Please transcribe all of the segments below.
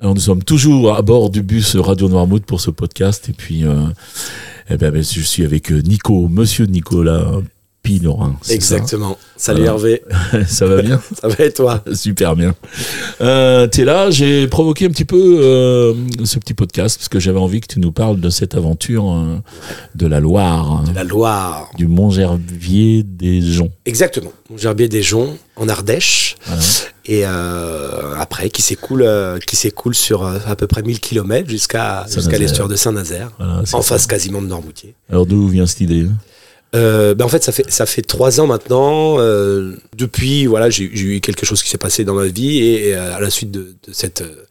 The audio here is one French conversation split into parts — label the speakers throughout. Speaker 1: Alors nous sommes toujours à bord du bus Radio Noirmouth pour ce podcast et puis euh, eh ben, ben, je suis avec Nico, Monsieur Nicolas Pinorin. c'est ça
Speaker 2: Exactement. Salut
Speaker 1: Voilà.
Speaker 2: Hervé.
Speaker 1: ça va bien
Speaker 2: Ça va et toi
Speaker 1: Super bien. Euh, T'es là, j'ai provoqué un petit peu euh, ce petit podcast parce que j'avais envie que tu nous parles de cette aventure euh, de la Loire, hein,
Speaker 2: La Loire.
Speaker 1: du Mont Gervier des Joncs.
Speaker 2: Exactement. Mon Gerbier des Joncs en Ardèche.
Speaker 1: Voilà.
Speaker 2: Et euh, après, qui s'écoule, euh, qui s'écoule sur euh, à peu près 1000 km jusqu'à,
Speaker 1: Saint-Nazaire.
Speaker 2: jusqu'à l'estuaire de Saint-Nazaire,
Speaker 1: Voilà, c'est
Speaker 2: en
Speaker 1: ça.
Speaker 2: face quasiment de Normoutier.
Speaker 1: Alors d'où vient cette idée hein
Speaker 2: Euh, ben en fait, ça fait ça fait trois ans maintenant. euh, depuis, voilà, j'ai j'ai eu quelque chose qui s'est passé dans ma vie et, et, euh, à la suite de, de cette euh,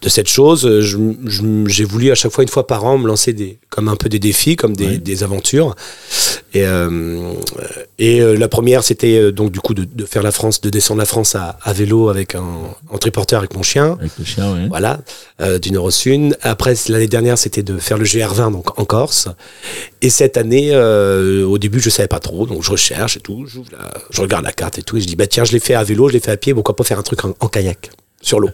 Speaker 2: de cette chose, euh, je m- je m- j'ai voulu à chaque fois une fois par an me lancer des comme un peu des défis, comme des,
Speaker 1: Ouais.
Speaker 2: des aventures. Et euh, et euh, la première, c'était euh, donc du coup de, de faire la France, de descendre la France à, à vélo avec un en triporteur avec mon chien.
Speaker 1: Avec le chien, ouais.
Speaker 2: Voilà, euh, du nord au sud. Après, c- l'année dernière, c'était de faire le GR20 donc en Corse. Et cette année, euh, au début, je savais pas trop, donc je recherche et tout. j'ouvre la- je regarde la carte et tout. Et je dis, bah tiens, je l'ai fait à vélo, je l'ai fait à pied, pourquoi pas faire un truc en, en kayak sur l'eau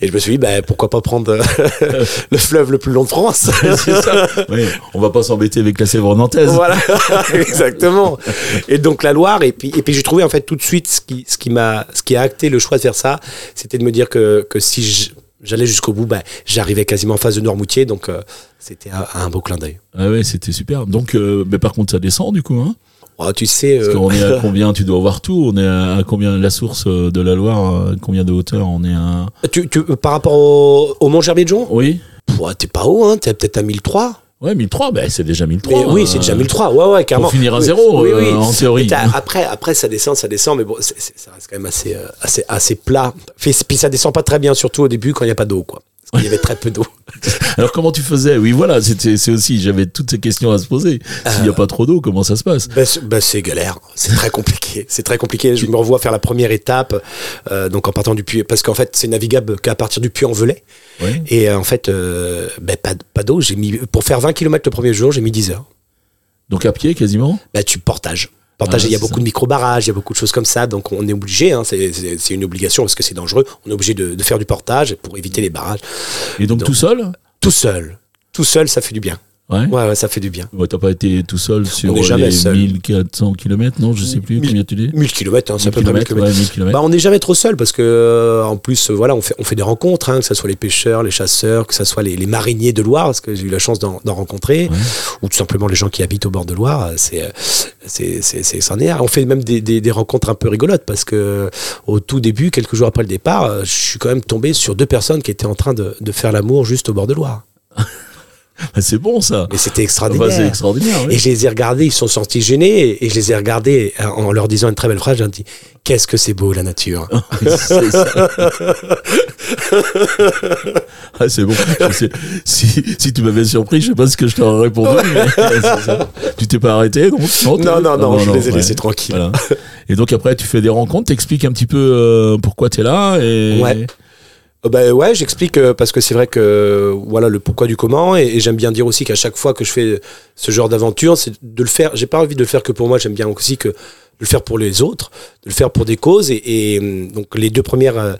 Speaker 2: Et je me suis dit, bah pourquoi pas prendre euh, le fleuve le plus long de France
Speaker 1: C'est ça. Ouais, On va pas s'embêter avec la Sèvre nantaise.
Speaker 2: voilà, exactement. Et donc la Loire, et puis, et puis j'ai trouvé en fait tout de suite ce qui, ce qui m'a, ce qui a acté le choix de faire ça, c'était de me dire que, que si je- j'allais jusqu'au bout, bah, j'arrivais quasiment en face de Noirmoutier, donc euh, c'était un, un beau clin d'œil.
Speaker 1: Ah ouais, c'était super. Donc, euh, mais par contre, ça descend du coup. Hein
Speaker 2: Oh, tu sais,
Speaker 1: Parce
Speaker 2: euh,
Speaker 1: qu'on est à combien Tu dois avoir tout. On est à, à combien la source euh, de la Loire euh, Combien de hauteur On est à.
Speaker 2: tu, tu- par rapport au, au Mont Gerbier de Jonc,
Speaker 1: Oui.
Speaker 2: Pouah, t'es pas haut, hein, t'es peut-être à 1003.
Speaker 1: Ouais, 1003. Ben, c'est déjà
Speaker 2: Mais
Speaker 1: 1003.
Speaker 2: oui, c'est déjà
Speaker 1: euh,
Speaker 2: 1003, ouais, ouais, carrément.
Speaker 1: finir à
Speaker 2: Oui,
Speaker 1: zéro,
Speaker 2: oui,
Speaker 1: euh,
Speaker 2: oui.
Speaker 1: en théorie.
Speaker 2: Mais t'as- Après, après, ça descend, ça descend, mais bon, c'est- c'est- ça reste quand même assez, euh, assez, assez plat. Puis, puis ça descend pas très bien, surtout au début quand il n'y a pas d'eau, quoi. Parce qu'il y avait très peu d'eau.
Speaker 1: Alors, comment tu faisais Oui, voilà. C'était, c'est aussi. J'avais toutes ces questions à se poser. S'il
Speaker 2: Euh.
Speaker 1: n'y a pas trop d'eau, comment ça se passe
Speaker 2: Bah, c'est- bah, c'est galère, c'est très compliqué, c'est très compliqué. Je me revois faire la première étape, euh, donc en partant du puy, parce qu'en fait c'est navigable qu'à partir du puy en velay.
Speaker 1: Ouais.
Speaker 2: Et euh, en fait, euh, bah, pas, d- pas d'eau. J'ai mis pour faire 20 km le premier jour, j'ai mis 10 heures.
Speaker 1: Donc à pied quasiment.
Speaker 2: Bah tu portages. Portage,
Speaker 1: Ah,
Speaker 2: il y a
Speaker 1: c'est
Speaker 2: beaucoup
Speaker 1: ça.
Speaker 2: de micro-barrages, il y a beaucoup de choses comme ça, donc on est obligé, hein, c'est- c'est c'est une obligation parce que c'est dangereux, on est obligé de, de faire du portage pour éviter les barrages.
Speaker 1: Et donc,
Speaker 2: Non.
Speaker 1: tout seul.
Speaker 2: Tout seul, tout seul, ça fait du bien.
Speaker 1: Ouais.
Speaker 2: Ouais, ouais, ça fait du bien.
Speaker 1: Ouais, T'as pas été tout seul sur
Speaker 2: n'est
Speaker 1: euh,
Speaker 2: jamais
Speaker 1: les
Speaker 2: seul.
Speaker 1: 1400 km Non, je sais plus
Speaker 2: Mille-
Speaker 1: combien tu dis.
Speaker 2: 1000 km, hein, ça
Speaker 1: 1000
Speaker 2: peut pas 1000
Speaker 1: km.
Speaker 2: km.
Speaker 1: Ouais, 1000 km.
Speaker 2: Bah, on n'est jamais trop seul parce que euh, en plus euh, voilà on fait on fait des rencontres hein, que ce soit les pêcheurs, les chasseurs, que ce soit les, les mariniers de Loire parce que j'ai eu la chance d'en d'en rencontrer ou tout simplement les gens qui habitent au bord de Loire euh, c'est euh, c'est c'est c'est extraordinaire. On fait même des, des, des rencontres un peu rigolotes parce que euh, au tout début quelques jours après le départ euh, je suis quand même tombé sur deux personnes qui étaient en train de, de faire l'amour juste au bord de Loire
Speaker 1: Ah, C'est bon ça.
Speaker 2: et c'était extraordinaire.
Speaker 1: Enfin, c'est extraordinaire. oui.
Speaker 2: Et je les ai regardés, ils sont sentis gênés, et- et je les ai regardés euh, en leur disant une très belle phrase, j'ai dit, qu'est-ce que c'est beau la nature
Speaker 1: Ah, C'est ça. ah, c'est bon. Je sais- si, si tu m'avais surpris, je sais pas ce que je t'aurais répondu. mais c'est ça. tu t'es pas arrêté, donc Non, t'es-
Speaker 2: Non, non,
Speaker 1: Ah,
Speaker 2: non, je les ai
Speaker 1: ouais.
Speaker 2: laissés tranquilles.
Speaker 1: Voilà. Et donc après, tu fais des rencontres, t'expliques un petit peu euh, pourquoi t'es là et
Speaker 2: Ouais. Euh, Ben ouais, j'explique euh, parce que c'est vrai que euh, voilà le pourquoi du comment et, et j'aime bien dire aussi qu'à chaque fois que je fais ce genre d'aventure, c'est de le faire. J'ai pas envie de le faire que pour moi. J'aime bien aussi que de le faire pour les autres, de le faire pour des causes et, et, hum, donc les deux premières euh,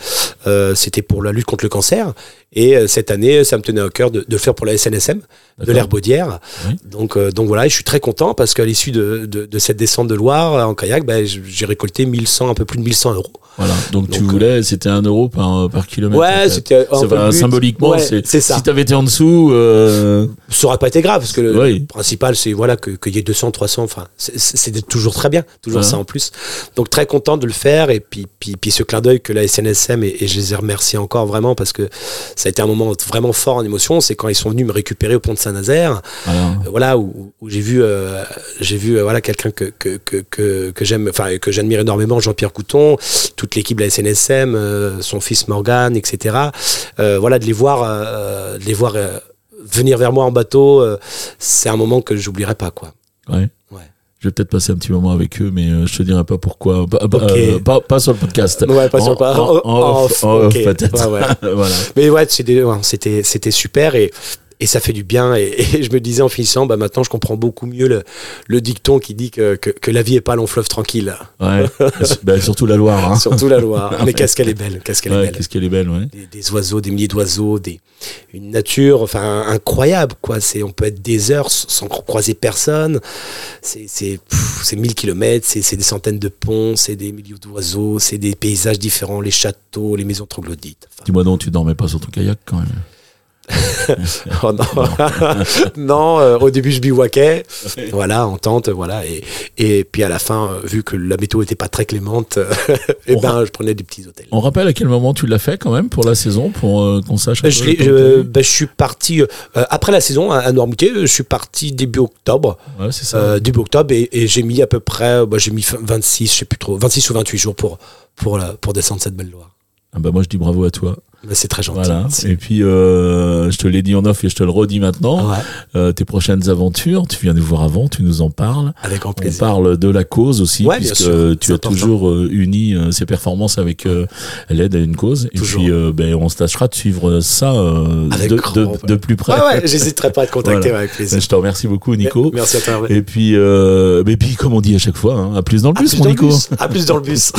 Speaker 2: euh, c'était pour la lutte contre le cancer et euh, cette année ça me tenait à cœur de, de le faire pour la SNSM de
Speaker 1: D'accord.
Speaker 2: l'Herbaudière.
Speaker 1: Oui.
Speaker 2: Donc euh, donc voilà, et je suis très content parce qu'à l'issue de, de, de cette descente de Loire euh, en kayak, ben, j- j'ai récolté 1100 un peu plus de 1100 euros.
Speaker 1: Voilà. Donc, tu
Speaker 2: Donc, euh,
Speaker 1: voulais, c'était un euro par, euh, par kilomètre. en
Speaker 2: Ouais,
Speaker 1: fait.
Speaker 2: c'était un
Speaker 1: Ça
Speaker 2: peu le
Speaker 1: va,
Speaker 2: but.
Speaker 1: symboliquement,
Speaker 2: Ouais,
Speaker 1: c'est,
Speaker 2: c'est ça.
Speaker 1: si t'avais été en dessous, euh,
Speaker 2: ça aurait pas été grave parce que le
Speaker 1: Oui.
Speaker 2: principal c'est voilà que qu'il y ait 200 300 enfin c'est- c'est c'est toujours très bien toujours
Speaker 1: Voilà.
Speaker 2: ça en plus donc très content de le faire et puis puis, puis ce clin d'œil que la SNSM et, et je les ai remerciés encore vraiment parce que ça a été un moment vraiment fort en émotion c'est quand ils sont venus me récupérer au pont de Saint-Nazaire
Speaker 1: voilà.
Speaker 2: euh, voilà où, où j'ai vu euh, j'ai vu euh, voilà quelqu'un que que que que, que j'aime enfin que j'admire énormément Jean-Pierre Couton toute l'équipe de la SNSM euh, son fils Morgan etc Euh, voilà de les voir euh, de les voir euh, venir vers moi en bateau euh, c'est un moment que j'oublierai pas quoi
Speaker 1: Ouais.
Speaker 2: Ouais.
Speaker 1: Je vais peut-être passer un petit moment avec eux, mais euh, je te dirai pas pourquoi. Pas, pas-
Speaker 2: Ok.
Speaker 1: euh, pas, pas sur le podcast.
Speaker 2: Ouais, pas sur
Speaker 1: En-
Speaker 2: le podcast.
Speaker 1: En, en
Speaker 2: En
Speaker 1: off,
Speaker 2: off,
Speaker 1: en off,
Speaker 2: ok.
Speaker 1: peut-être.
Speaker 2: oh, Ouais,
Speaker 1: voilà.
Speaker 2: mais ouais c'est des- ouais, c'était c'était super et et ça fait du bien. Et, et, je me disais en finissant, bah maintenant je comprends beaucoup mieux le, le dicton qui dit que, que, que, la vie est pas long fleuve tranquille.
Speaker 1: Ouais. bah, surtout la Loire. Hein.
Speaker 2: Surtout la Loire. Mais qu'est-ce qu'elle est belle. Qu'est-ce qu'elle
Speaker 1: ouais,
Speaker 2: est belle.
Speaker 1: Qu'est-ce qu'elle est belle, ouais.
Speaker 2: des, des, oiseaux, des milliers d'oiseaux, des, une nature, enfin incroyable quoi. C'est, on peut être des heures sans croiser personne. C'est, c'est, pff, c'est 1000 kilomètres, c'est, c'est des centaines de ponts, c'est des milliers d'oiseaux, c'est des paysages différents, les châteaux, les maisons troglodytes.
Speaker 1: Enfin, Dis-moi non, tu dormais pas sur ton kayak quand même.
Speaker 2: oh non, non euh, au début je bivouaquais, ouais. voilà, en tente, voilà, et, et puis à la fin, euh, vu que la météo était pas très clémente, et ben ra- je prenais des petits hôtels.
Speaker 1: On rappelle à quel moment tu l'as fait quand même pour la saison, pour euh, qu'on sache.
Speaker 2: Un je, peu je, ben, je, suis parti euh, après la saison à, à Noirmoutier, je suis parti début octobre, euh,
Speaker 1: ouais, c'est ça.
Speaker 2: début octobre, et, et, j'ai mis à peu près, bah, j'ai mis 26, je sais plus trop, 26 ou 28 jours pour pour la, pour descendre cette belle Loire. Bah,
Speaker 1: Ah bah moi je dis bravo à toi.
Speaker 2: C'est très gentil.
Speaker 1: Voilà.
Speaker 2: C'est...
Speaker 1: Et puis, euh, je te l'ai dit en off et je te le redis
Speaker 2: Ah
Speaker 1: maintenant. Ouais. Euh, tes prochaines aventures, tu viens nous voir avant, tu nous en parles.
Speaker 2: Avec grand plaisir.
Speaker 1: On parle de la cause aussi, ouais, puisque tu as important. toujours euh, uni ces performances avec euh, l'aide à une cause. Toujours. Et puis, ben, on se tâchera de suivre ça euh, de, de, de, plus près. Ben,
Speaker 2: Ah ouais, j'hésiterai pas à te contacter voilà. avec plaisir.
Speaker 1: Je te remercie beaucoup, Nico.
Speaker 2: Merci à toi.
Speaker 1: Ouais. Et euh, puis, et puis, comme on dit à chaque fois, hein, à plus dans le bus,
Speaker 2: à
Speaker 1: mon Nico.
Speaker 2: À plus dans le bus.